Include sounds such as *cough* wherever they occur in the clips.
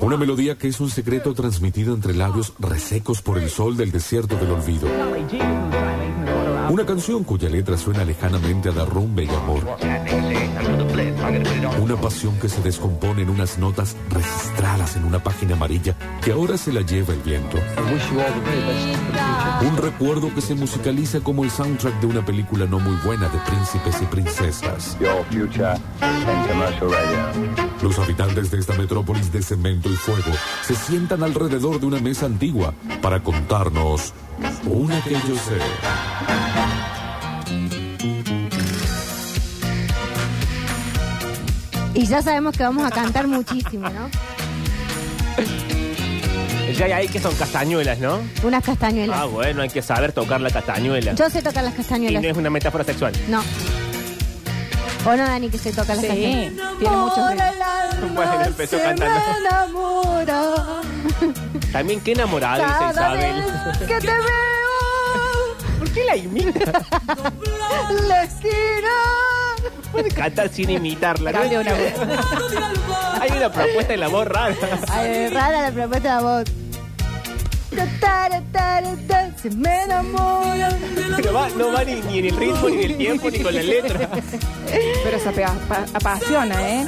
Una melodía que es un secreto transmitido entre labios resecos por el sol del desierto del olvido. Una canción cuya letra suena lejanamente a derrumbe y amor. Una pasión que se descompone en unas notas registradas en una página amarilla que ahora se la lleva el viento. Un recuerdo que se musicaliza como el soundtrack de una película no muy buena de príncipes y princesas. Your future in commercial radio. Los habitantes de esta metrópolis de cemento y fuego se sientan alrededor de una mesa antigua para contarnos una que yo sé. Y ya sabemos que vamos a cantar muchísimo, ¿no? Ya hay ahí que son castañuelas, ¿no? Unas castañuelas. Ah, bueno, hay que saber tocar la castañuela. Yo sé tocar las Y no castañuelas. es una metáfora sexual. No. ¿O no, Dani, que se toca las Sí, castañuelas? tiene muchos ritmos. Bueno, empezó cantando. enamora También qué enamorada dice Isabel. que te veo ¿Por qué la imita? en la esquina. Puede cantar sin imitarla. ¿no? Cambia una vez. Hay una propuesta de la voz rara. Ay, rara la propuesta de voz. Ta, ta, ta, ta, ta, Se me enamora. Pero va- no va ni, ni en el ritmo, ni en el tiempo, ni con la letra. Pero se apa- apa- apasiona, ¿eh?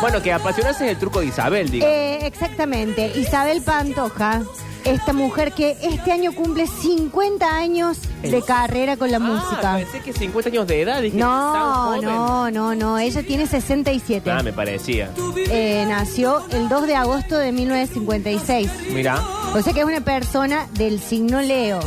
Bueno, que apasionarse es el truco de Isabel, digo. Eh, exactamente. Isabel Pantoja, esta mujer que este año cumple 50 años de carrera con la música. Ah, pensé que 50 años de edad. Dije, tan No, joven. no, no, no. Ella tiene 67. Ah, me parecía. Eh, nació el 2 de agosto de 1956. Mira. O sea que es una persona del signo Leo.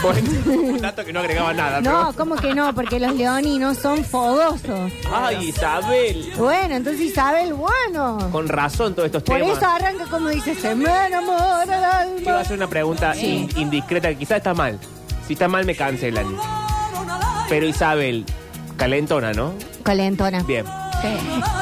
Bueno, *laughs* un dato que no agregaba nada. No, ¿cómo que no? Porque los leoninos son fogosos. pero- Ay, Isabel. Bueno, entonces Isabel, bueno. Con razón todos estos Por temas. eso arranca como dice, se me enamora el Yo voy a alma. hacer una pregunta in- indiscreta que quizás está mal. Si está mal me cancelan. Pero Isabel, calentona, ¿no? Calentona. Bien.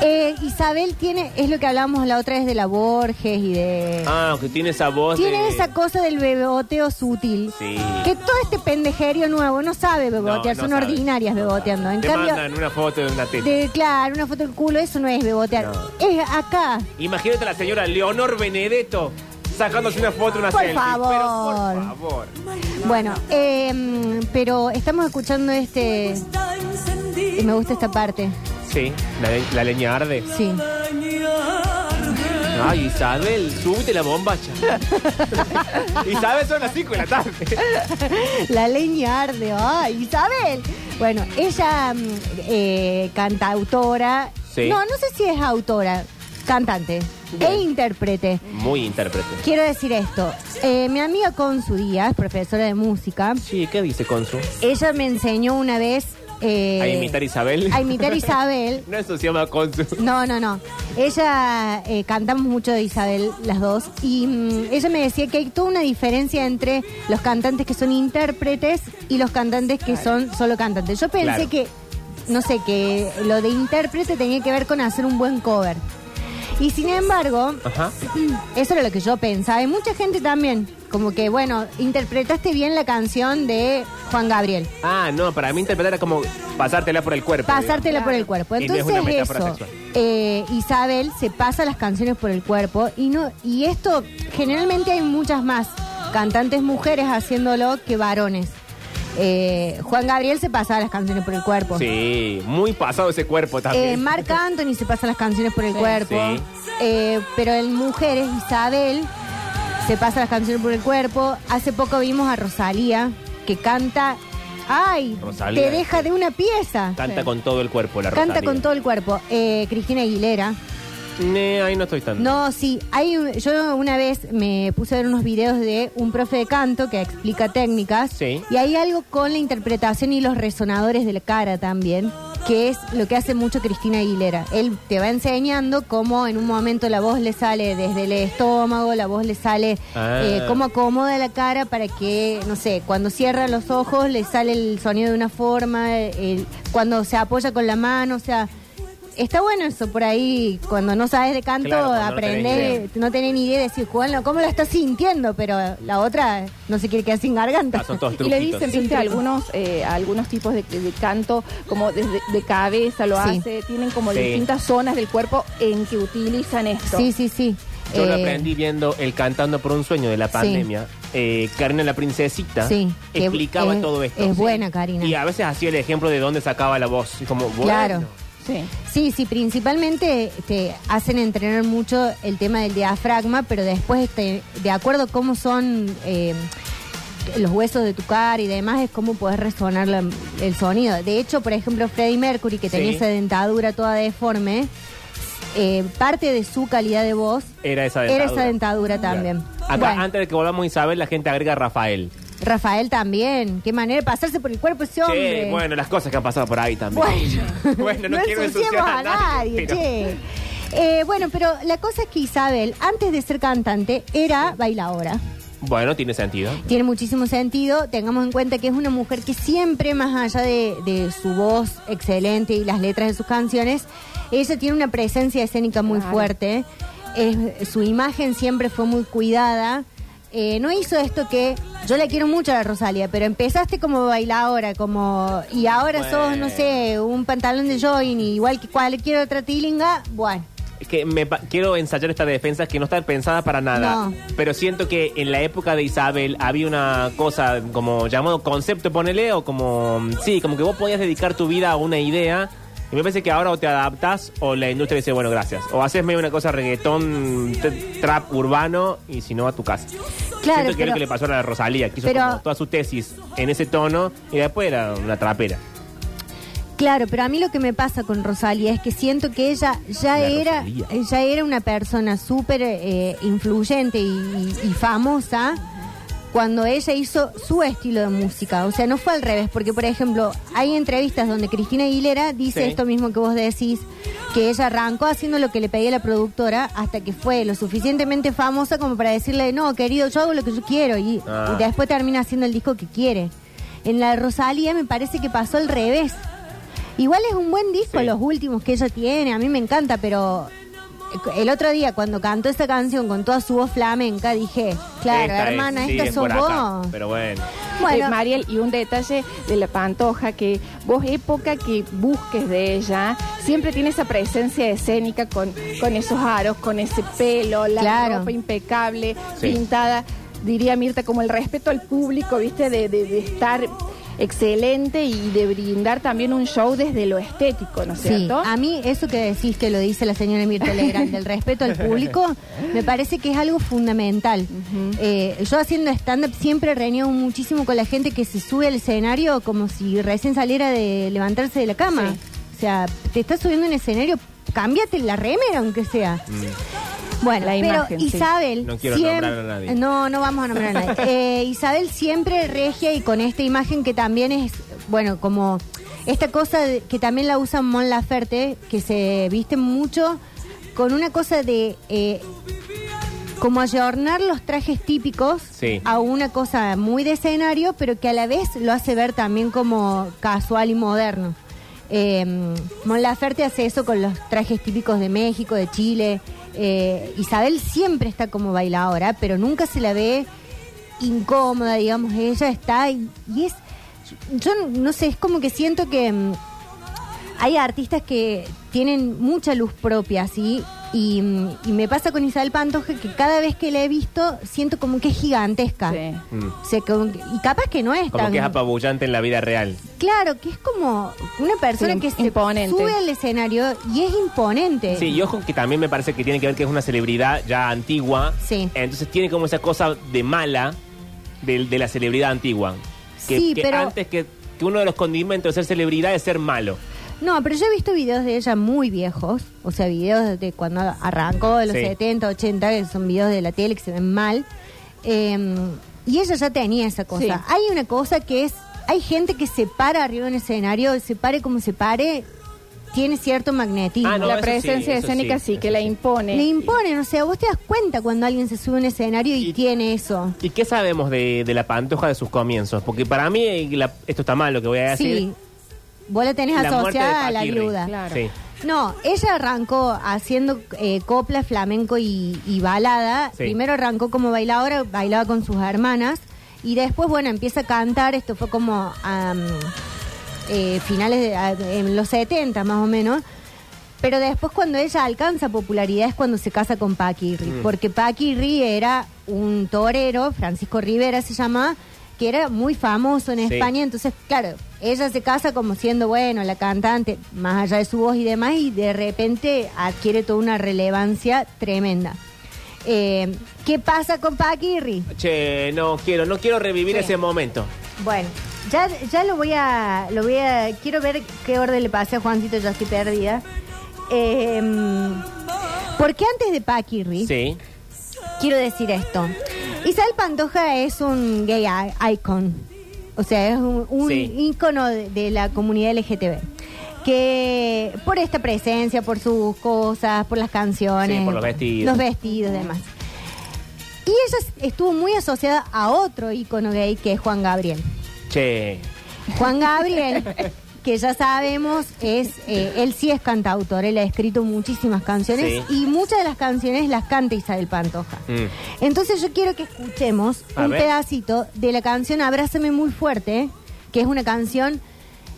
Eh, Isabel tiene, es lo que hablábamos la otra vez de la Borges y de... Ah, que tiene esa voz tiene de- esa cosa del beboteo sutil. Sí. Que todo este pendejerio nuevo no sabe bebotear, No, no son sabe. ordinarias beboteando. En Te cambio, mandan una foto de una teta. de, claro, una foto del culo, eso no es bebotear. No. Es acá. Imagínate a la señora Leonor Benedetto sacándose una foto de una Por selfie. favor. Pero por favor. Bueno, eh, pero estamos escuchando este... y me gusta esta parte. Sí, la, le- la leña arde. Sí. Ay, Isabel, súbete la bombacha. *laughs* Isabel son las 5 de la tarde. La leña arde, ¡ay, Isabel! Bueno, ella mm, eh, cantautora. Sí. No, no sé si es autora, cantante Bien. e intérprete. Muy intérprete. Quiero decir esto. eh, mi amiga Consu Díaz, profesora de música, Sí, ¿qué dice Consu? ella me enseñó una vez. eh, a imitar a Isabel. a imitar Isabel. No eso se llama Consu. No, no, no. Ella, eh, cantamos mucho de Isabel las dos, y mm, ella me decía que hay toda una diferencia entre los cantantes que son intérpretes y los cantantes que son solo cantantes. Yo pensé Claro. que, no sé, que lo de intérprete tenía que ver con hacer un buen cover. Y sin embargo, Ajá. eso era lo que yo pensaba. Y mucha gente también, como que, bueno, interpretaste bien la canción de Juan Gabriel. Ah, no, para mí interpretar era como pasártela por el cuerpo. Pasártela digamos. por el cuerpo. Y no es Entonces una metáfora eso, sexual. eh, Isabel se pasa las canciones por el cuerpo y no y esto generalmente hay muchas más cantantes mujeres haciéndolo que varones. Eh, Juan Gabriel se pasaba las canciones por el cuerpo. Sí, muy pasado ese cuerpo también. Eh, Marc Anthony se pasa las canciones por el Sí. cuerpo. Sí. Eh, pero en mujeres, Isabel se pasa las canciones por el cuerpo. Hace poco vimos a Rosalía que canta. ¡Ay! Rosalía, te deja de una pieza. Canta con todo el cuerpo la Canta Rosalía. con todo el cuerpo. Eh, Cristina Aguilera. Ne, ahí no estoy tan. No, sí. Hay, un- yo una vez me puse a ver unos videos de un profe de canto que explica técnicas. Sí. Y hay algo con la interpretación y los resonadores de la cara también, que es lo que hace mucho Cristina Aguilera. Él te va enseñando cómo en un momento la voz le sale desde el estómago, la voz le sale, Ah. eh, cómo acomoda la cara para que, no sé, cuando cierra los ojos le sale el sonido de una forma, el- cuando se apoya con la mano, o sea, está bueno eso por ahí, cuando no sabes de canto, Claro, cuando no tenés aprender, no tenés ni idea de decir, bueno, ¿cómo lo estás sintiendo? Pero la otra no se quiere quedar sin garganta. Ah, *laughs* son todos Y le truquitos. dicen, viste, algunos, eh, algunos tipos de, de canto, como desde de cabeza lo Sí. hace, tienen como Sí. distintas zonas del cuerpo en que utilizan esto. Sí, sí, sí. Yo lo Eh, aprendí viendo el Cantando por un Sueño de la pandemia. Eh, Karina la Princesita Sí, que explicaba es- todo esto. es buena, Karina. Y a veces hacía el ejemplo de dónde sacaba la voz. Y como, bueno, Claro. Sí. Sí, sí, principalmente te hacen entrenar mucho el tema del diafragma, pero después, este, de acuerdo a cómo son eh, los huesos de tu cara y demás, es cómo podés resonar la- el sonido. De hecho, por ejemplo, Freddie Mercury, que tenía Sí. esa dentadura toda deforme, eh, parte de su calidad de voz Era esa era dentadura. esa dentadura también. Acá, Bueno, antes de que volvamos a Isabel, la gente agrega a Rafael. Rafael también, qué manera de pasarse por el cuerpo ese hombre. Che, bueno, las cosas que han pasado por ahí también. *laughs* Bueno, *laughs* Bueno, no, quiero ensuciemos ensuciar a nadie, pero- che. Eh, bueno, pero la cosa es que Isabel, antes de ser cantante, era bailadora. Bueno, tiene sentido. Tiene muchísimo sentido. Tengamos en cuenta que es una mujer que siempre, más allá de, de su voz excelente y las letras de sus canciones, ella tiene una presencia escénica muy Claro. fuerte. Es- su imagen siempre fue muy cuidada. Eh, no hizo esto que yo la quiero mucho a la Rosalía, pero empezaste como bailadora, como y ahora sos, no sé, un pantalón de jogging igual que cualquier otra tilinga. Bueno, Es que me pa- quiero ensayar esta defensa que no está pensada para nada. No. Pero siento que en la época de Isabel había una cosa como llamado concepto, ponele, o como. Sí, como que vos podías dedicar tu vida a una idea. Y me parece que ahora o te adaptas o la industria dice, bueno, gracias. O haces medio una cosa reggaetón, t- trap urbano y si no, a tu casa. Claro, Siento que es pero- lo que le pasó a la Rosalía, que hizo pero- como toda su tesis en ese tono y después era una trapera. Claro, pero a mí lo que me pasa con Rosalía es que siento que ella ya La era eh, Rosalía. ya era una persona súper eh, influyente y, y- y famosa cuando ella hizo su estilo de música. O sea, no fue al revés, porque por ejemplo, hay entrevistas donde Cristina Aguilera dice Sí. esto mismo que vos decís, que ella arrancó haciendo lo que le pedía la productora hasta que fue lo suficientemente famosa como para decirle, no, querido, yo hago lo que yo quiero y, Ah. y después termina haciendo el disco que quiere. En la de Rosalía me parece que pasó al revés. Igual es un buen disco, Sí. los últimos que ella tiene, a mí me encanta, pero eh, el otro día cuando cantó esta canción con toda su voz flamenca dije, claro, Esta es, hermana, sí, esta es sos por acá, vos. Pero bueno. Bueno, Eh, Mariel, y un detalle de la pantoja, que vos época que busques de ella, siempre tiene esa presencia escénica con, con esos aros, con ese pelo, la Claro. ropa impecable, Sí. pintada, diría Mirta, como el respeto al público, viste, de, de- de estar excelente y de brindar también un show desde lo estético, ¿no es Sí, cierto? a mí eso que decís que lo dice la señora Mirta Legrand, el respeto al público, *laughs* me parece que es algo fundamental. Eh, yo haciendo stand-up siempre reniego muchísimo con la gente que se sube al escenario como si recién saliera de levantarse de la cama. Sí. O sea, te estás subiendo a un escenario, cámbiate la remera aunque sea. Bueno, Mm. La pero imagen, sí. Isabel No quiero siem- nombrar a nadie. No, no vamos a nombrar a *laughs* nadie. Eh, Isabel siempre regia y con esta imagen que también es, bueno, como esta cosa de- que también la usa Mon Laferte, que se viste mucho con una cosa de eh, como ayornar los trajes típicos Sí. a una cosa muy de escenario, pero que a la vez lo hace ver también como casual y moderno. Eh, Mon Laferte hace eso con los trajes típicos de México, de Chile. Eh, Isabel siempre está como bailadora, pero nunca se la ve incómoda, digamos. Ella está y, y es. Yo no sé, es como que siento que. mm, hay artistas que tienen mucha luz propia, ¿sí? Y, mm, y me pasa con Isabel Pantoja que cada vez que la he visto siento como que es gigantesca. Sí. Mm. O sea, como que- y capaz que no es Como tan... que es apabullante en la vida real. claro, que es como una persona Sí, que se imponente. sube al escenario y es imponente. Sí, y ojo que también me parece que tiene que ver que es una celebridad ya antigua. Sí. Entonces tiene como esa cosa de mala de, de la celebridad antigua. Que, Sí, que pero- antes que, que uno de los condimentos de ser celebridad es ser malo. No, pero yo he visto videos de ella muy viejos, o sea, videos de cuando arrancó, de los Sí. 70, 80, que son videos de la tele que se ven mal. Eh, y ella ya tenía esa cosa. Sí. Hay una cosa que es, hay gente que se para arriba de un escenario, se pare como se pare, tiene cierto magnetismo. Ah, no, la eso sí, presencia eso escénica sí, sí, que eso la sí. impone. Le imponen, o sea, vos te das cuenta cuando alguien se sube a un escenario y, Y- tiene eso. ¿Y qué sabemos de, de la pantoja de sus comienzos? Porque para mí eh, la- esto está mal lo que voy a decir. Sí. Vos la tenés La muerte de asociada a la Paquirri. viuda. Claro. Sí. No, ella arrancó haciendo eh, copla, flamenco y, y balada. Sí. Primero arrancó como bailadora, bailaba con sus hermanas. Y después, bueno, empieza a cantar. Esto fue como am, eh, finales de a- en los 70 más o menos. Pero después cuando ella alcanza popularidad es cuando se casa con Paquirri, Mm. porque Paquirri era un torero, Francisco Rivera se llamaba, que era muy famoso en Sí. España, entonces claro, ella se casa como siendo, bueno, la cantante, más allá de su voz y demás, y de repente adquiere toda una relevancia tremenda. Eh, ¿Qué pasa con Paquirri? Che, no quiero, no quiero revivir Sí. ese momento. Bueno, ya, ya lo voy a, lo voy a, quiero ver qué orden le pasé a Juancito, ya estoy perdida. Eh, porque antes de Paquirri, Sí. quiero decir esto. Isabel Pantoja es un gay i- icon, o sea, es un, un Sí. ícono de, de la comunidad LGTB. Que por esta presencia, por sus cosas, por las canciones, Sí, por los vestidos. los vestidos y demás. Y ella estuvo muy asociada a otro ícono gay que es Juan Gabriel. Che. Juan *laughs* Gabriel, que ya sabemos, es eh, él sí es cantautor, él ha escrito muchísimas canciones Sí. y muchas de las canciones las canta Isabel Pantoja. Mm. Entonces yo quiero que escuchemos A un ver. pedacito de la canción Abrázame muy fuerte, que es una canción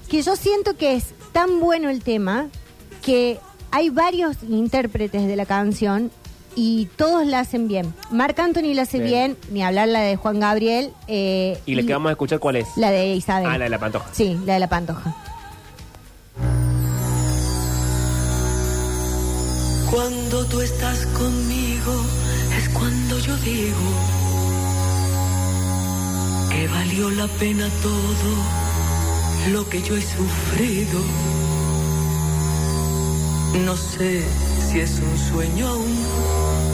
que yo siento que es tan bueno el tema que hay varios intérpretes de la canción y todos la hacen bien. Marc Anthony la hace bien, Bien. ni hablar la de Juan Gabriel. eh, ¿Y la que vamos a escuchar cuál es? la de Isabel. Ah, la de la pantoja. Sí, la de la pantoja. Cuando tú estás conmigo es cuando yo digo que valió la pena todo lo que yo he sufrido. No sé si es un sueño aún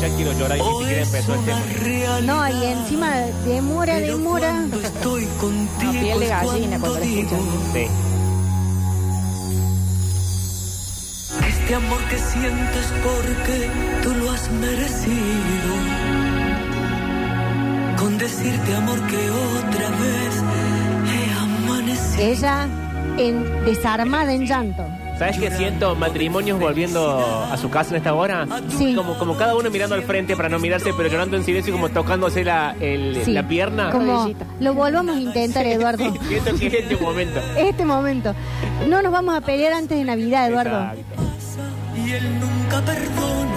Ya quiero llorar y ni o siquiera es empezó el una tema. realidad. No, y encima demora, Pero demora. cuando estoy contigo No, piel de es gallina cuando la digo escuchas. Sí. Este amor que siento es porque tú lo has merecido. Con decirte amor que otra vez he amanecido. Ella en, desarmada en llanto. ¿Sabes qué siento? Matrimonios volviendo a su casa en esta hora. Sí. Como, como cada uno mirando al frente para no mirarse, pero llorando en silencio, como tocándose la, el- Sí. la pierna. *laughs* Como, Rodillita. lo volvamos a intentar, Eduardo. *laughs* Sí, siento que es este momento. Este momento. No nos vamos a pelear antes de Navidad, Eduardo. Exacto. Y él nunca perdona.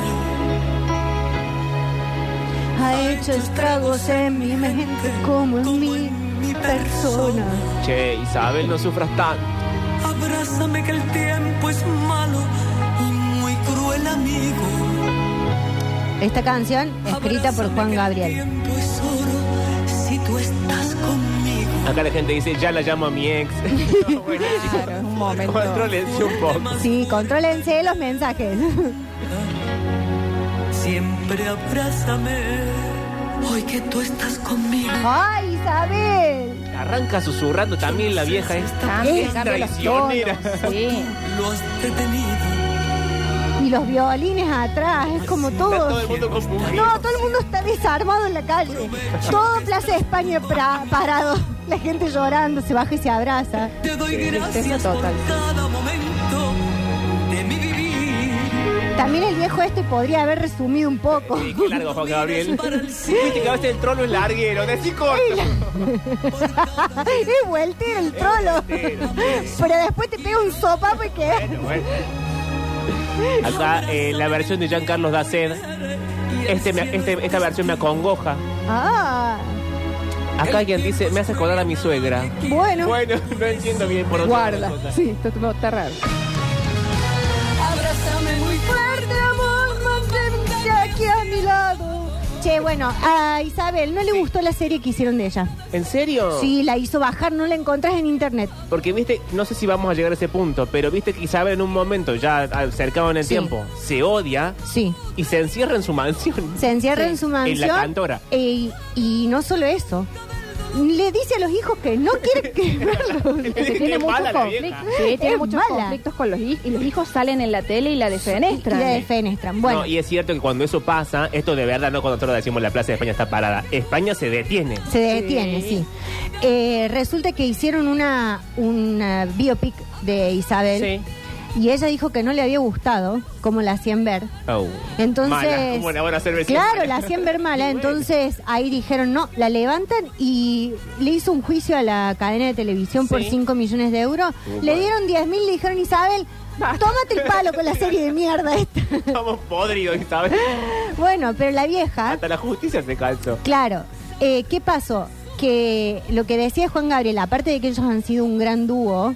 Ha hecho estragos en mi mente como en mi persona. Che, Isabel, no sufras tanto. Abrázame que el tiempo es malo y muy cruel amigo. Esta canción, escrita por Juan Abrázame que El Gabriel. tiempo es oro si tú estás conmigo. Acá la gente dice, ya la llamo a mi ex. *laughs* Bueno, Claro, es un momento. Contrólense un poco. Sí, contrólense los mensajes. *laughs* Siempre abrázame. Hoy que tú estás conmigo. ¡Ay, Isabel! Arranca susurrando también la vieja esta. Cambia, Es cambia los traicionera. tonos, Sí. Lo has detenido. Y los violines atrás, es como todo. Todo el mundo confundido. No, todo el mundo está desarmado en la calle. Todo Plaza de España pra- parado. La gente llorando, se baja y se abraza. Te doy gracias tristeza total. por cada momento de mi vivir. También el viejo este podría haber resumido un poco. *laughs* Sí, qué largo, Juan Gabriel. Para el cielo. Viste que a veces el trono es larguero, decí corto. Es vueltero el trolo. Pero después te pega un sopapo y quedas. Bueno. Acá eh, la versión de Jean Carlos Dacer. Este me- este- esta versión me acongoja. Ah, Acá alguien dice, me hace acordar a mi suegra. bueno. Bueno, *laughs* no entiendo bien por dónde va la cosa. Guarda. Sí, está, está raro. Abrázame muy Fuerte amor, mantente aquí a mi lado. Che, bueno, a Isabel no le gustó la serie que hicieron de ella. ¿En serio? Sí, la hizo bajar, no la encontrás en internet. Porque viste, no sé si vamos a llegar a ese punto, pero viste que Isabel en un momento, ya acercado en el Sí. tiempo, se odia Sí. y se encierra en su mansión. *laughs* Se encierra Sí. en su mansión. En la cantora. E- y no solo eso. Le dice a los hijos que no *laughs* quiere que verlos. Que tiene Es mala muchos la vieja. conflictos. Sí, tiene Es muchos mala. conflictos con los hijos. Y los hijos salen en la tele y la Y la defenestran. defenestran. Bueno, No, y es cierto que cuando eso pasa, esto de verdad no cuando nosotros decimos la Plaza de España está parada, España se detiene. se detiene, sí. Eh, resulta que hicieron una, una biopic de Isabel. Sí. Y ella dijo que no le había gustado cómo la hacían ver. Oh. Entonces, Mala, como la van a hacer ver claro, siempre. la hacían ver mala. Entonces ahí dijeron, no, la levantan y le hizo un juicio a la cadena de televisión por Sí. 5 millones de euros. Le dieron 10 mil, le dijeron, Isabel, tómate el palo con la serie de mierda *laughs* esta. *laughs* Estamos podridos, ¿sabes? bueno, pero la vieja, Hasta la justicia se calzó. claro, eh, ¿qué pasó? Que lo que decía Juan Gabriel, aparte de que ellos han sido un gran dúo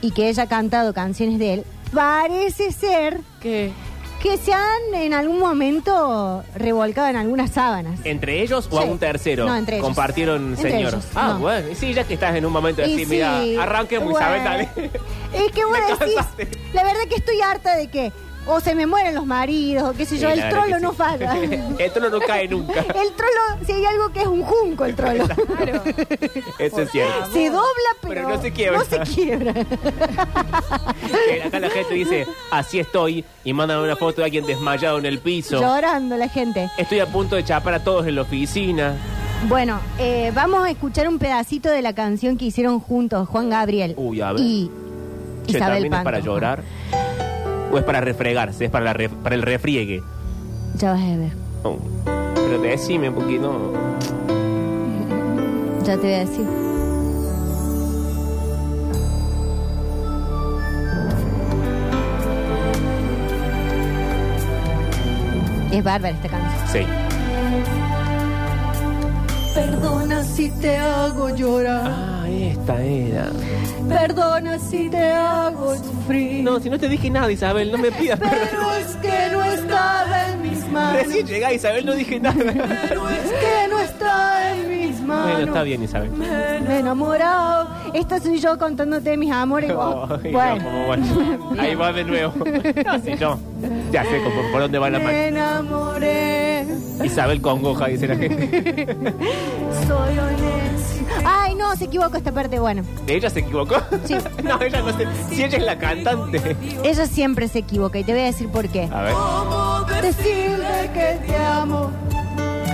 y que ella ha cantado canciones de él, parece ser Que que se han en algún momento revolcado en algunas sábanas. ¿Entre ellos o a Sí. un tercero? No, entre ellos. Compartieron Entre señor. ellos, ah, no. bueno. Y sí, ya que estás en un momento de Y decir, mira, sí, arranque bueno. Isabel, dale. *laughs* Es que vos Me decís, cansaste. la verdad que estoy harta de que o se me mueren los maridos, o qué sé yo, Sí, la el verdad trolo que no sí. *laughs* falla. el trolo no *laughs* cae nunca. El trolo, si hay algo que es un junco el trolo. Eso es cierto. Se dobla, pero, Pero no se quiebra. No se quiebra. Eh, Acá la gente dice, así estoy, y mandan una foto de alguien desmayado en el piso. Llorando la gente. Estoy a punto de chapar a todos en la oficina. Bueno, eh, vamos a escuchar un pedacito de la canción que hicieron juntos Juan Gabriel Uy, a ver. y Che, Isabel ¿También es Panto. para llorar? ¿O es para refregarse? ¿Es para, la ref- para el refriegue? Ya vas a ver. Oh. Pero decime un poquito. Ya te voy a decir. Es bárbara esta canción. Sí. Perdona si te hago llorar. Ah, esta era. Perdona si te hago sufrir. No, si no te dije nada, Isabel, no me pidas perdón. *laughs* Pero es que no estaba en mis manos. Recién llegá, Isabel, no *laughs* dije nada. Pero es que no está en mis manos. Bueno, está bien, Isabel. Me he enamorado. Esta soy yo contándote de mis amores. y vos- Ay, no, bueno. como bueno. Ahí va de nuevo. No, si no. Ya sé como- por dónde va *laughs* la mano. Me enamoré. Isabel Congoja, dice la gente. Soy honesta. Ay, no, se equivocó esta parte. Bueno, ¿Ella se equivocó? Sí. *laughs* No, ella no se. Si ella es la cantante. ella siempre se equivoca y te voy a decir por qué. A ver. Ah. Decirle que te amo.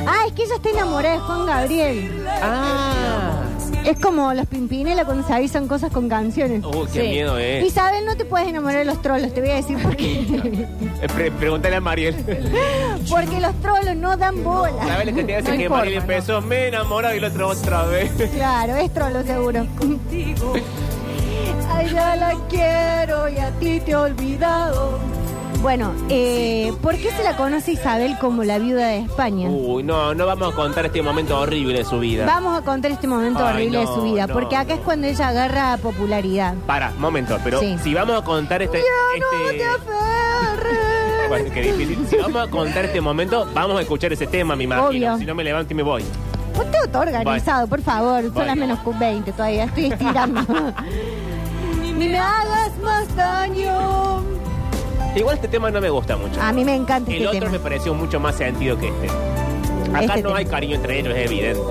Ah, es que ella está enamorada de Juan Gabriel. Ah. Es como los Pimpinela cuando se avisan cosas con canciones. Uh, qué Sí. miedo, eh. Isabel, no te puedes enamorar de los trolos, te voy a decir por qué. Eh, pre- pregúntale a Mariel. *laughs* Porque los trolos no dan bola. ¿Sabes la cantidad de veces No que hay forma, Mariel empezó? Me he enamorado y el otro otra vez. *laughs* Claro, es trolo seguro. Allá la quiero y a ti te he olvidado. Bueno, eh, ¿por qué se la conoce Isabel como la viuda de España? Uy, no, no vamos a contar este momento horrible de su vida. Vamos a contar este momento Ay, horrible no, de su vida, no, porque acá es no. cuando ella agarra popularidad. Para, momento, pero Sí. si vamos a contar este. Ya no este te aferres. Bueno, qué difícil. Si vamos a contar este momento, vamos a escuchar ese tema, me imagino. Obvio. Si no me levanto y me voy. Ponte todo organizado, por favor. Son Bueno. las menos 20 todavía, estoy *laughs* estirando. Ni me hagas más daño. Igual este tema no me gusta mucho. A mí me encanta El este otro tema. me pareció mucho más sentido que este. Acá Este no tema. hay cariño entre ellos, es evidente.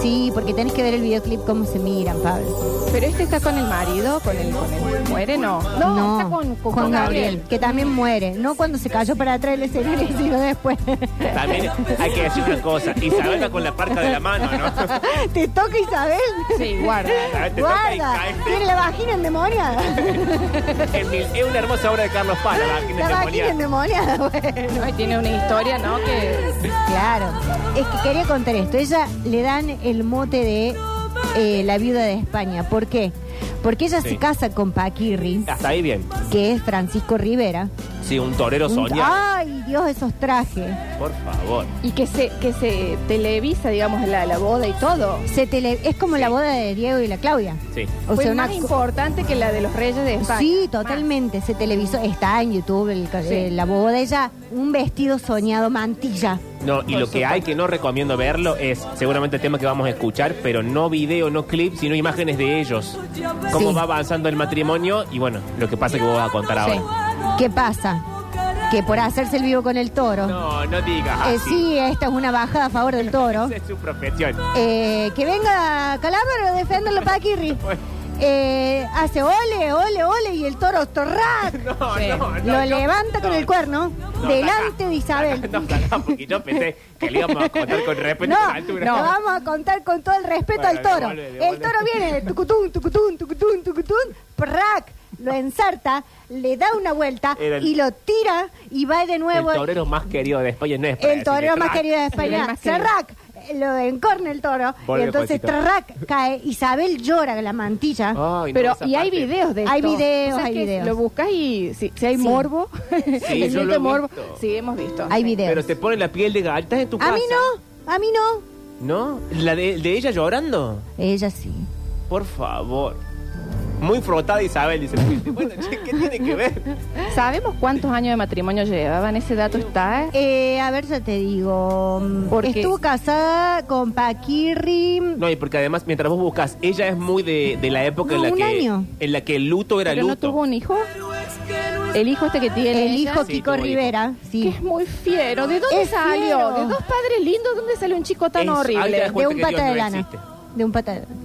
Sí, porque tenés que ver el videoclip cómo se miran, Pablo. Pero este está con el marido, con el, con el muere, no. No, está con, con Juan Juan Gabriel, que también muere. No cuando se cayó para atrás del escenario, *laughs* sino *laughs* después. También hay que decir una cosa. Isabel va con la parca de la mano, ¿no? ¿Te toca Isabel? Sí, guarda. Isabel, te toca y Guarda, caes. tiene la vagina endemoniada. Es, mi- es una hermosa obra de Carlos Paz, la vagina la vagina endemoniada. endemoniada, bueno. Ay, tiene una historia, ¿no? Que Claro. Es que quería contar esto. Ella le dan el mote de eh, la viuda de España. ¿Por qué? Porque ella Sí. se casa con Paquirri, Hasta ahí bien. que es Francisco Rivera. Sí, un torero Un- Ah. soñado. Ay, Dios, esos trajes. Por favor. y que se que se televisa, digamos, la, la boda y todo. Se tele- es como la boda de Diego y la Claudia. Sí. O Fue sea, una más co- importante que la de los Reyes de España. Sí, totalmente. Se televisó. Está en YouTube el- eh, la boda. Ella, un vestido soñado, mantilla. No, y lo que hay que no recomiendo verlo es seguramente el tema que vamos a escuchar, pero no video, no clip, sino imágenes de ellos. Cómo Sí. va avanzando el matrimonio y bueno, lo que pasa que vos vas a contar Sí. ahora. ¿Qué pasa? Que por hacerse el vivo con el toro. No, no digas. Eh, así. sí, esta es una bajada a favor del toro. Esa es su profesión. Eh, que venga Calámbaro a defenderlo *laughs* Paquirri. Eh, hace ole, ole, ole y el toro torrac. *laughs* No, Sí. no, no. Lo no, levanta con no, el cuerno no, delante taca, de Isabel. taca, *laughs* No, taca, porque yo pensé que le íbamos a contar con respeto a No, la altura. no, vamos a contar con todo el respeto Bueno, al toro. devuelve, devuelve. El toro viene, tucutún, tucutún, tucutún, tucutún, prac, lo ensarta, le da una vuelta Era el- y lo tira y va de El nuevo. torero más querido de España no es España, El torero así que más tra- querido de El España, más querido. Serrac, lo encorna el toro. Vuelve, y entonces Juancito. Serrac cae. Isabel llora la mantilla. Ay, no, Pero, esa y hay parte. videos de esto. Hay videos, O sea, hay que videos. Lo buscas y si, si hay Sí. morbo, Sí, yo *laughs* el lo he morbo. visto. Sí, hemos visto. Hay Sí. videos. Pero te pone la piel de gallina. Estás en tu A casa. mí no, a mí no. ¿No? ¿La de, de ella llorando? Ella sí. Por favor. Muy frotada Isabel, dice. Bueno, che, ¿qué tiene que ver? ¿Sabemos cuántos años de matrimonio llevaban? Ese dato está. Eh, a ver, yo te digo. mm, ¿Por qué? Estuvo casada con Paquirri. No, y porque además, mientras vos buscas, ella es muy de, de la época No, en, la un que, año. en la que el luto era ¿Pero luto. no tuvo un hijo? El hijo este que tiene. el ella, hijo Sí, Kiko tuvo hijo. Rivera. Que Sí. es muy fiero. ¿De dónde Es salió? fiero. De dos padres lindos, ¿dónde salió un chico tan Es- ahí te das horrible? cuenta De un que pata Dios de no lana. existe. De un pata de Oh. lana.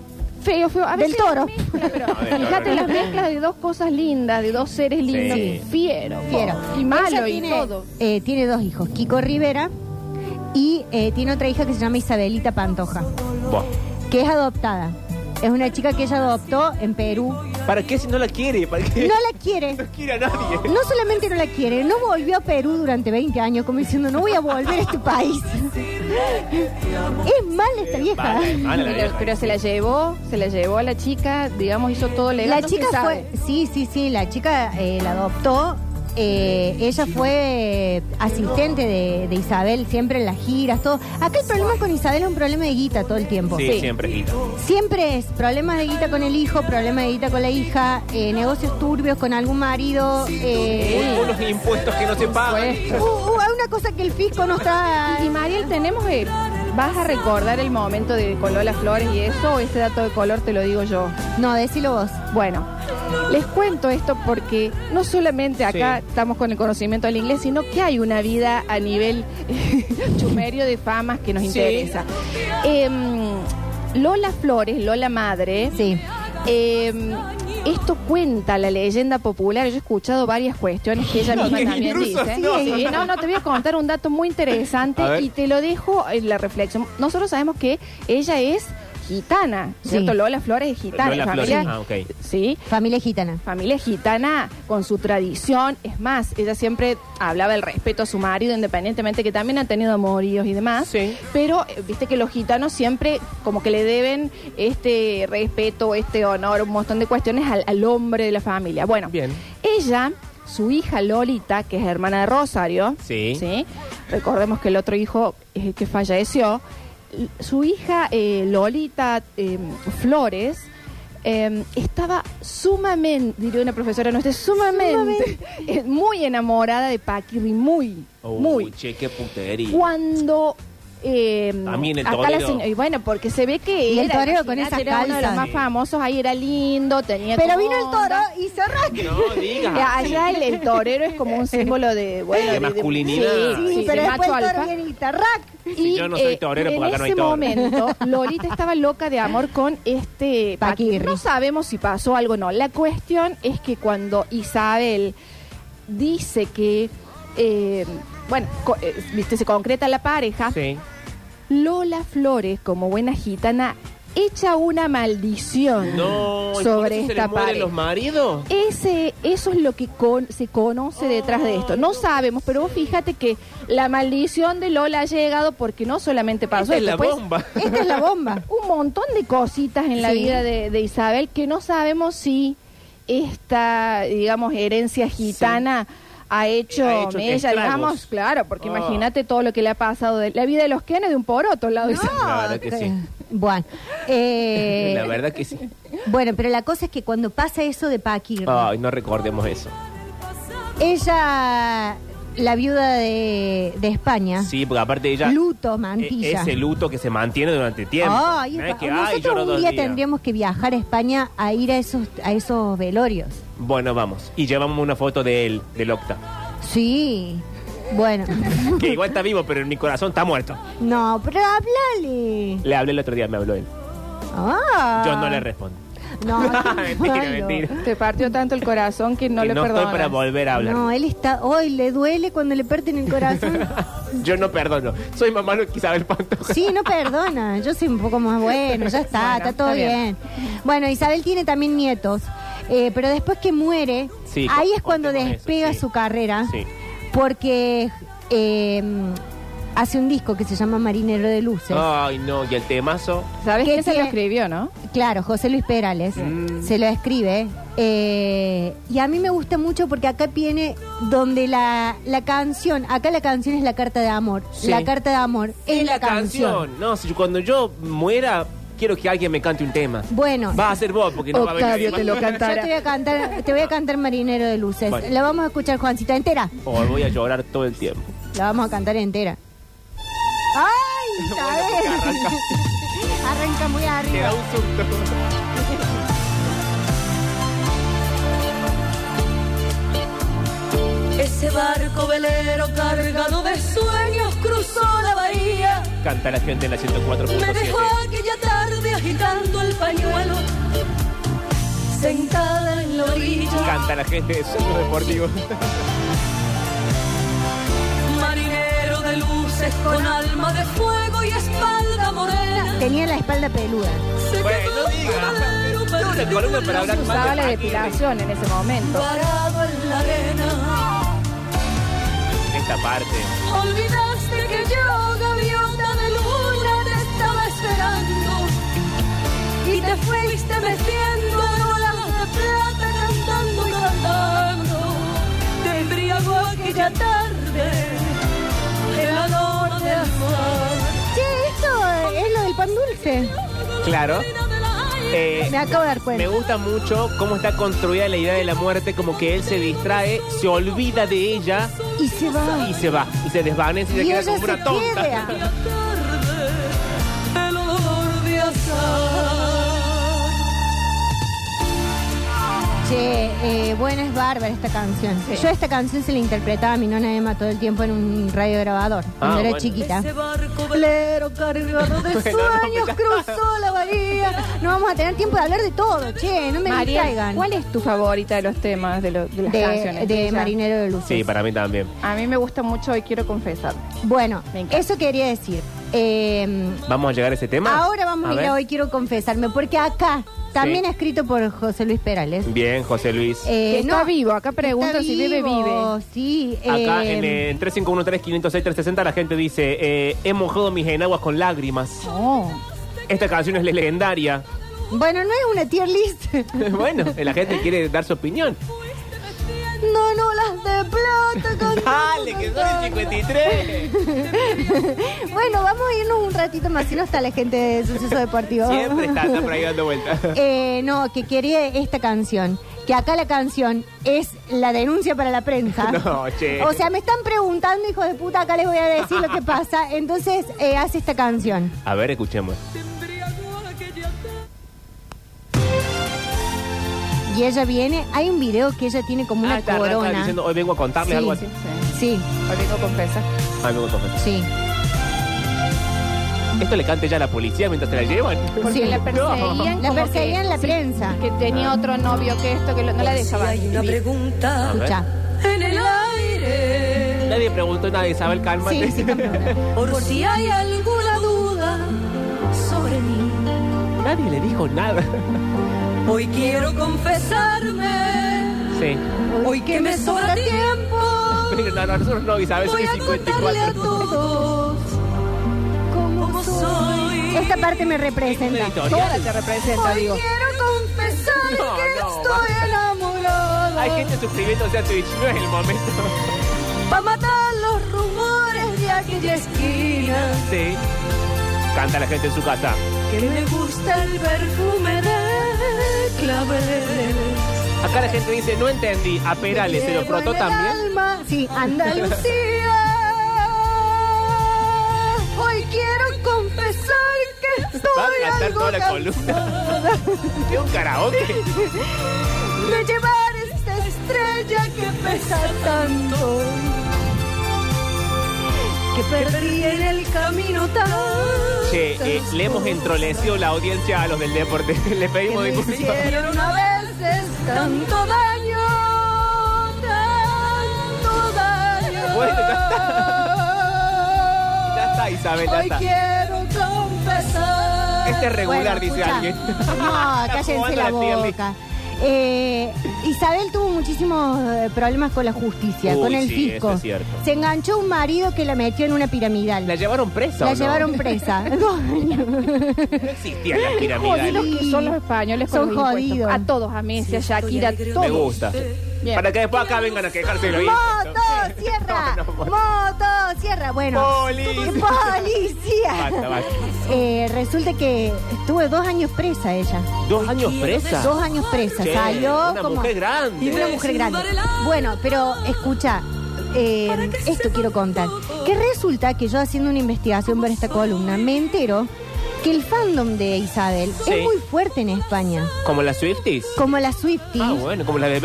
Feo, feo. A Del veces las toro. mezclas, *laughs* pero A ver, a Fíjate ver. las mezclas de dos cosas lindas, de dos seres lindos. Sí. Fiero. Fiero. Y malo Ella y tiene, todo. eh, tiene dos hijos, Kiko Rivera y eh, tiene otra hija que se llama Isabelita Pantoja, Buah. que es adoptada. Es una chica que ella adoptó en Perú. ¿Para qué si no la quiere? ¿Para No qué? la quiere. *laughs* No quiere a nadie. No solamente no la quiere, no volvió a Perú durante 20 años como diciendo, no voy a volver a este país. *laughs* Es mala esta vieja. Eh, Vale, vale, la Pero, vieja. pero se la llevó, se la llevó a la chica, digamos, hizo todo legal. La no chica se sabe. fue, sí, sí, sí, la chica eh, la adoptó. Eh, ella fue asistente de, de Isabel siempre en las giras, todo. Acá el problema con Isabel es un problema de guita todo el tiempo. Sí, siempre. Y- Siempre es problemas de guita con el hijo, problemas de guita con la hija, eh, negocios turbios con algún marido. eh, Unos impuestos que no se pagan. Fue- uh, uh, hay una cosa que el fisco no está. Y Mariel, tenemos eh, ¿Vas a recordar el momento de color las flores y eso? ¿O ese dato de color te lo digo yo? No, decilo vos. Bueno, les cuento esto porque no solamente acá Sí. estamos con el conocimiento del inglés, sino que hay una vida a nivel *laughs* chumerio de famas que nos Sí. interesa. Em, Lola Flores, Lola Madre, Sí. em, esto cuenta la leyenda popular. Yo he escuchado varias cuestiones que ella No, misma qué también intrusos, dice. no. Sí, no, no, te voy a contar un dato muy A interesante ver. y te lo dejo en la reflexión. Nosotros sabemos que ella es gitana, Sí. ¿cierto? Lola Flores es gitana, Lola Flores, familia. ah, ok. Sí Familia gitana. familia gitana con su tradición. Es más, ella siempre hablaba del respeto a su marido, independientemente que también han tenido amoríos y demás. Sí. Pero eh, viste que los gitanos siempre como que le deben este respeto, este honor, un montón de cuestiones al, al hombre de la familia. Bueno, Bien. ella, su hija Lolita, que es hermana de Rosario, Sí. recordemos que el otro hijo es el que falleció, L- su hija eh, Lolita eh, Flores eh, estaba sumamente, diría una profesora nuestra, sumamente, eh, muy enamorada de Paquirri, muy, Uy, muy. che, qué putería. Cuando... eh, También el acá la torero. seño- y bueno, porque se ve que Y el era, torero con esas imagínate, era uno de los calzas. más famosos, ahí era lindo, tenía Pero como vino el toro onda. y cerró. *laughs* No digas. Eh, Allá el, el torero es como un símbolo de, bueno, De masculinidad. sí, Sí, sí, pero de después macho el toro alfa. viene y tarrac. Y, yo no soy torero, y porque en acá no hay ese toro. momento, Lolita estaba loca de amor con este Paquirri. Paquirri. No sabemos si pasó algo o no. La cuestión es que cuando Isabel dice que, eh, bueno, co- eh, viste, se concreta la pareja, Sí. Lola Flores, como buena gitana, echa una maldición No, ¿y por sobre eso se esta le mueren pareja. los maridos? Ese, eso es lo que con- se conoce detrás de esto. No sabemos, pero vos fíjate que la maldición de Lola ha llegado porque no solamente pasó Esta este es esto, la pues, bomba. Esta es la bomba. un montón de cositas en la Sí. vida de, de Isabel que no sabemos si esta, digamos, herencia gitana ha hecho, Ha hecho ella, estragos. digamos, claro, porque Ah. imagínate todo lo que le ha pasado de la vida de los Kennedy de un poroto al lado de Isabel. *laughs* La verdad que sí. Bueno, eh, *laughs* La verdad que sí. bueno, pero la cosa es que cuando pasa eso de Paquirri, Ay, no recordemos eso. ella, la viuda de, de España, Sí, porque aparte ella. luto, e- mantilla. ese luto que se mantiene durante tiempo. Ay, No es es que, pa- ay, lloro nosotros un dos día días. tendríamos que viajar a España a ir a esos, a esos velorios. Bueno, vamos. Y llevamos una foto de él, del Octa. Sí, bueno. *laughs* Que igual está vivo, pero en mi corazón está muerto. No, pero háblale. Le hablé el otro día, me habló él. Ah. Yo no le respondo. *laughs* No, mentira, malo. mentira. Te partió tanto el corazón que no Que le no estoy perdonas. para volver a hablar. No, él está. Hoy le duele cuando le parten el *laughs* corazón. Yo no perdono. Soy mamá lo que Isabel Pantoja. Sí, no perdona. Yo soy un poco más bueno. Ya está, Bueno, está todo está bien. bien. Bueno, Isabel tiene también nietos. Eh, pero después que muere, Sí, ahí con- es cuando contemos eso, despega sí. su carrera. Sí. Porque eh, hace un disco que se llama Marinero de Luces. Ay, no, y el temazo. ¿Sabes ¿Qué quién se lo tiene? escribió, no? Claro, José Luis Perales Mm. se lo escribe. eh, y a mí me gusta mucho porque acá viene donde la, la canción, acá la canción es la carta de amor. Sí. La carta de amor es, la, canción. No, si yo- cuando yo muera, quiero que alguien me cante un tema. Bueno, Va a ser vos, porque no va a venir. Octavio nadie te lo más. yo te voy cantará. a cantar, te voy a cantar Marinero de Luces. Bueno. La vamos a escuchar, Juancita, entera. O Oh, voy a llorar todo el tiempo. La vamos a cantar entera. ¡Ay! *laughs* Bueno, porque ¿sabes? arranca. Arranca muy Te da arriba. un susto. Ese barco velero cargado de sueños cruzó la bahía. Canta la gente en la Me dejó 104.7. aquella tarde agitando el pañuelo, sentada en la orilla. Canta la gente de Centro Deportivo. Marinero de luces con alma de fuego y espalda morena. Tenía la espalda peluda. Se Bueno, quedó no diga. velero *laughs* Tengo una columna para hablar más Usaba de la Shakira. depilación en ese momento. Parado en la arena. Esta parte. Olvidaste que yo, gaviota de luna, te estaba esperando. Y te fuiste metiendo en olas de plata, cantando, y cantando. Te embriagó aquella tarde, el ador del mar. Che, esto es lo del pan dulce. Claro. Eh, Me acabo de dar cuenta. me gusta mucho cómo está construida la idea de la muerte, como que él se distrae, se olvida de ella Y se va. y se va. Y se desvanece y se Y queda ella como se una *laughs* tonta. queda. La tarde, el olor de azar. Che, eh, buena es bárbara esta canción. Yo esta canción se la interpretaba a mi nona Emma todo el tiempo en un radiograbador cuando era Ah, bueno. chiquita. Ese barco velero *laughs* cargado de Bueno, no, sueños pero- cruzó la bahía. No vamos a tener tiempo de hablar de todo, che, no me María, distraigan. ¿cuál es tu favorita de los temas, de, lo- de las de, canciones? de Ella. Marinero de Luces. Sí, para mí también. A mí me gusta mucho y quiero confesar. Bueno, Me encanta. eso quería decir. Eh, ¿Vamos a llegar a ese tema? ahora vamos a ir ver. a hoy quiero confesarme, porque acá, también escrito por José Luis Perales. Bien, José Luis. Eh, Que está vivo, acá preguntan está si vive, vivo, vive. Sí, Acá eh, en, eh, en 351-3506-360 la gente dice, eh, he mojado mis enaguas con lágrimas. Oh. No. Esta canción *laughs* es legendaria. Bueno, no es una tier list. *laughs* bueno, la gente quiere dar su opinión. no, no, las de plata. *laughs* con- Dale, que son el 53. Bueno, vamos a irnos un ratito más, si no está la gente de Suceso Deportivo. Siempre está, está por ahí dando vueltas. *laughs* Eh, no, que quería esta canción. Que acá la canción es la denuncia para la prensa. *laughs* No, eh. che. O sea, me están preguntando, hijos de puta, acá les voy a decir *laughs* lo que pasa. Entonces, eh, hace esta canción. A ver, escuchemos. Y ella viene, hay un video que ella tiene como una Ah, está, arranca corona. diciendo, hoy vengo a contarles Sí, algo Sí, así. Ah, sí. Sí, Hoy vengo a confesar. Ay, me gustó. sí. Esto le cante ya a la policía mientras te la llevan. Porque Sí. la perseguían La como perseguían que- la sí, prensa. Que Ah. tenía otro novio que esto, que lo- no la dejaba. hay una vivir. pregunta A ver. Escucha. en el aire. Nadie preguntó nada, Isabel, Sí, cálmate. *laughs* sí, cómo Por si hay alguna duda sobre mí. Nadie le dijo nada. Hoy quiero confesarme. Sí. Hoy que me sobra tiempo. Pero no, no, nosotros no, Isabel, soy Voy el a contarle a 54. todos cómo soy. Esta parte me Un representa. editorial. Toda te representa, Hoy digo. quiero confesar No, que no, estoy enamorado. Hay gente suscribiéndose a Twitch, no es el momento. Pa' matar los rumores de aquella esquina. *laughs* Sí. Canta la gente en su casa. Que me gusta el perfume de claveles. Acá la gente dice, no entendí. A Perales se lo Quiero frotó en el también. alma. Sí, Andalucía. Lucía. Hoy quiero confesar *laughs* que Va estoy a gastar algo toda la cansada columna. Es un *laughs* karaoke. de llevar esta estrella que pesa tanto. Que perdí en el camino tan. Che, eh, le hemos entrolecido la audiencia a los del deporte. *laughs* Le pedimos Me disculpas. hicieron a veces tanto daño, tanto daño. Bueno, ya Ya está, Isabel, ya Hoy está. quiero confesar. Este *laughs* es regular, Bueno, dice escucha. alguien. No, *laughs* Está cállense jugando la la tier list. boca. Eh, Isabel tuvo muchísimos eh, problemas con la justicia, Uy, con el sí, fisco. eso es cierto. Se enganchó a un marido que la metió en una piramidal. ¿La llevaron presa La o no? *laughs* llevaron presa. No existía la Jodidos piramidal. que son los españoles con Son los impuestos. jodidos. A todos, a Messi, a Shakira, a todos. Me gusta. Bien. Para que después acá vengan a quejarse de lo ¡Moto, hizo. sierra! *laughs* No, no, bueno. ¡Moto, sierra! Bueno. Policía. ¡Policía! Basta, basta. Eh, resulta que estuvo dos años presa ella. ¿Dos años presa? Dos años presa. Che, Salió una como. mujer grande. Y una mujer grande. Bueno, pero escucha. eh, esto quiero contar. Que resulta que yo haciendo una investigación para esta columna me entero que el fandom de Isabel Sí. es muy fuerte en España. ¿Como las Swifties? Como las Swifties, Ah, bueno, como las de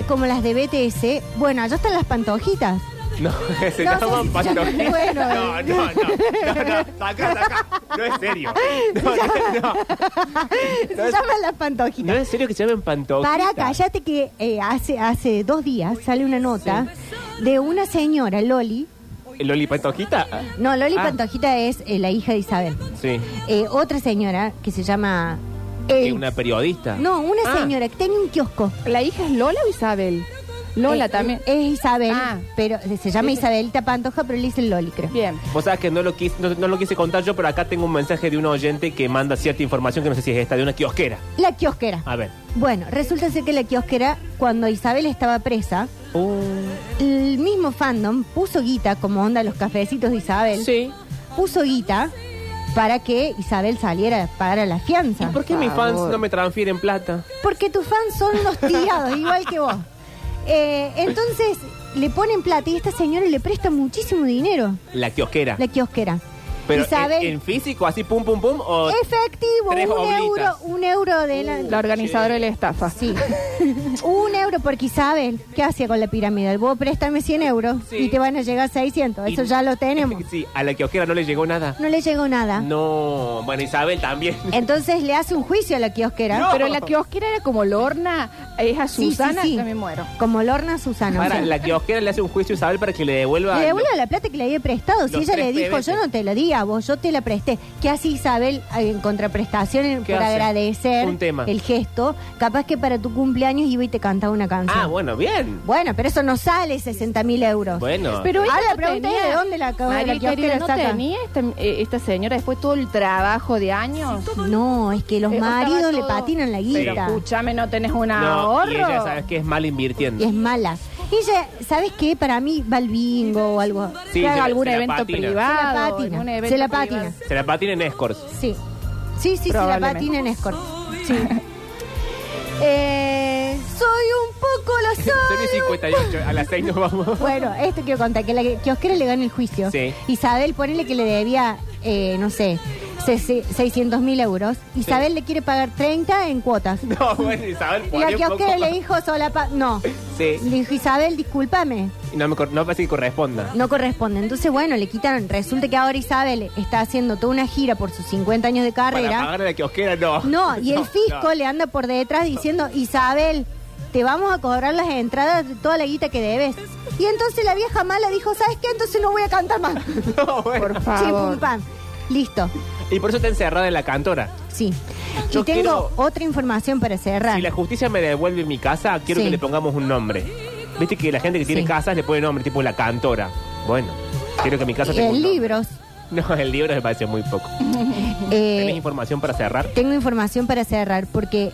BTS. como las de BTS. Bueno, allá están las pantojitas. No, *laughs* se No, llaman sí, sí, pantojitas. bueno. *laughs* eh. No, no, no. No, no, saca, saca. No es *laughs* serio. No, no, no. Se llaman las pantojitas. No es serio que se llamen pantojitas. Para, cállate que eh, hace, hace dos días sale una nota de una señora, Loli. ¿Loli pantojita? No, Loli Ah. Pantojita es eh, la hija de Isabel. Sí. Eh, otra señora que se llama... Elix. ¿Es una periodista? No, una Ah, señora que tiene un kiosco. ¿La hija es Lola o Isabel? Lola Eh, también. Es Isabel, Ah. pero se llama Isabelita Pantoja, pero le dicen Loli, creo. Bien. Vos sabés que no lo, quise, no, no lo quise contar yo, pero acá tengo un mensaje de un oyente que manda cierta información que no sé si es esta, de una kiosquera. La kiosquera. Ah. A ver. Bueno, resulta ser que la kiosquera, cuando Isabel estaba presa, Uh, el mismo fandom puso guita, como onda los cafecitos de Isabel. Sí. puso guita para que Isabel saliera para la fianza. ¿Por qué mis fans no me transfieren plata? Porque tus fans son los tirados, igual que vos. Eh, entonces le ponen plata y esta señora le presta muchísimo dinero, La kiosquera. la kiosquera. Pero Isabel, en, en físico, así pum pum pum, o efectivo, tres un oblitas. euro, un euro de la... La organizadora de la estafa. Sí, un euro porque Isabel, ¿qué hacía con la pirámide? Vos préstame 100 euros Sí. y te van a llegar 600, eso Y- ya lo tenemos. *laughs* Ah. sí, a la kiosquera no le llegó nada. No le llegó nada. No, bueno, Isabel también. Entonces le hace un juicio a la kiosquera. *laughs* No. Pero la kiosquera era como Lorna, es a Sí, sí, Susana, sí. yo me muero. Como Lorna Susana. *laughs* Para, sí. la kiosquera le hace un juicio a Isabel para que le devuelva. Le devuelve la plata que le había prestado. Si Los ella le tres dijo, PBs. yo no te lo di a vos, yo te la presté. ¿Qué hace Isabel eh, en contraprestación en- ¿Qué por hace? agradecer Un tema. el gesto? Capaz que para tu cumpleaños iba y te cantaba una canción. Ah, bueno, bien. Bueno, pero eso no sale 60 mil euros. Bueno. Pero Ahora ella Ah, la pregunta es, ¿de dónde la acabó de María la kiosquera querida, ¿no saca? tenía esta, eh, esta señora después todo el trabajo de años? No, es que los Eh, maridos estaba le todo- patinan la Pero guita. escúchame, no tenés un no, ahorro. y ella sabes que es mal invirtiendo. Y es mala. Ella, ¿sabes qué? Para mí va al bingo o algo. Sí, que se haga la- algún se la evento patina. Se la privado. patina, algún se evento la patina. privado. Se la patina en escorts. Sí. Sí, sí, sí, la Probablemente. patina en escort. Sí. *laughs* Eh, soy un poco *laughs* lo Son soy. y 58, a las 6 nos vamos. *laughs* Bueno, esto quiero contar, que la kiosquera le gana el juicio. Sí. Isabel, ponele que le debía, eh, no sé, 600 mil euros. Isabel le quiere pagar 30 en cuotas. No, bueno, Isabel, Y la ponle un kiosquera poco. le dijo sola... pa- No. Sí. Le dijo, Isabel, discúlpame, Y No me cor- no parece que corresponda. no corresponde. Entonces, bueno, le quitaron. Resulta que ahora Isabel está haciendo toda una gira por sus 50 años de Para carrera. pagar a la kiosquera, no. *laughs* No, y el fisco no. le anda por detrás diciendo, Isabel, te vamos a cobrar las entradas de toda la guita que debes. Y entonces la vieja mala dijo, ¿sabes qué? Entonces no voy a cantar más. No, bueno. Por Chim, favor. pum, pam. Listo, Y por eso está encerrada en la cantora. sí. Yo y tengo quiero- otra información para cerrar. Si la justicia me devuelve mi casa, quiero Sí. que le pongamos un nombre. Viste que la gente que tiene Sí. casas le pone nombre, tipo la cantora. Bueno, quiero que mi casa tenga Eh, un nombre. libros. No, el libro me parece muy poco. eh, ¿Tenés información para cerrar? tengo información para cerrar porque...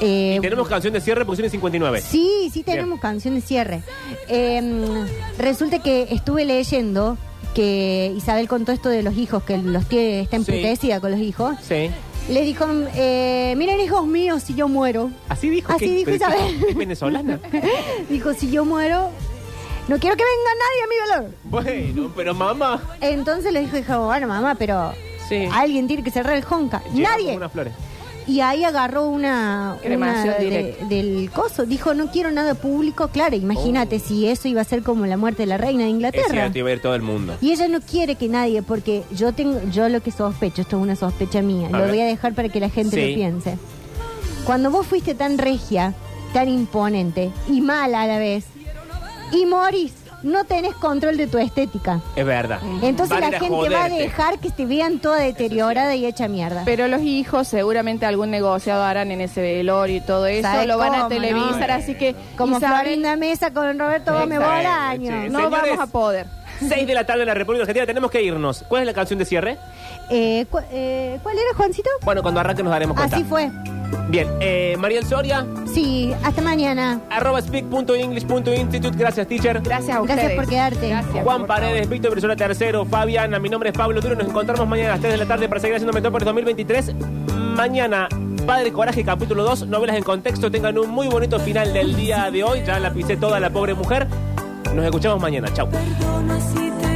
eh, Tenemos canción de cierre porque son 59. Sí, sí Bien. tenemos canción de cierre. Eh, resulta que estuve leyendo que Isabel contó esto de los hijos, que los tiene, está Sí. emputecida con los hijos. Sí. Le dijo, eh, miren hijos míos, si yo muero. *laughs* Así dijo. Así que- dijo pero Isabel. que- *laughs* Es venezolana. Dijo, si yo muero, no quiero que venga nadie a mi velor. bueno, pero mamá. Entonces le dijo, dijo, bueno mamá, pero Sí. alguien tiene que cerrar el jonca. Llegamos Nadie. con Unas flores. Y ahí agarró una, Cremación una de- directa. del coso. Dijo, no quiero nada público. Claro, imagínate si eso iba a ser como la muerte de la reina de Oh. Es Inglaterra. cierto, iba a ir todo el mundo. Y ella no quiere que nadie, porque yo tengo, yo lo que sospecho, esto es una sospecha mía, A lo ver. voy a dejar para que la gente Sí. lo piense. Cuando vos fuiste tan regia, tan imponente y mala a la vez, y morís no tenés control de tu estética. Es verdad. Entonces Van a la ir a gente va a joderte. dejar que te vean toda deteriorada y hecha mierda. Pero los hijos seguramente algún negociado harán en ese velorio y todo eso, ¿Sabes lo van cómo, a televisar, no? así que Como Isabel, Florinda Mesa con Roberto Gómez Exacto, Bolaño. sí. no Señores. vamos a poder. 6 de la tarde en la República Argentina, tenemos que irnos. ¿Cuál es la canción de cierre? Eh, cu- eh, ¿Cuál era, Juancito? Bueno, cuando arranque nos daremos cuenta. Así fue. Bien, eh, Mariel Soria, Sí, hasta mañana. arroba speak.english.institute. Gracias, teacher. Gracias a ustedes. Gracias por quedarte. Gracias. Juan Paredes, Víctor Brizuela Tercero, Fabiana, mi nombre es Pablo Duro, nos encontramos mañana a las 3 de la tarde para seguir haciendo Metrópolis 2023. Mañana, Padre Coraje, capítulo 2, novelas en contexto, tengan un muy bonito final del día de hoy, ya la pisé toda la pobre mujer. Nos escuchamos mañana, chao. Perdona si te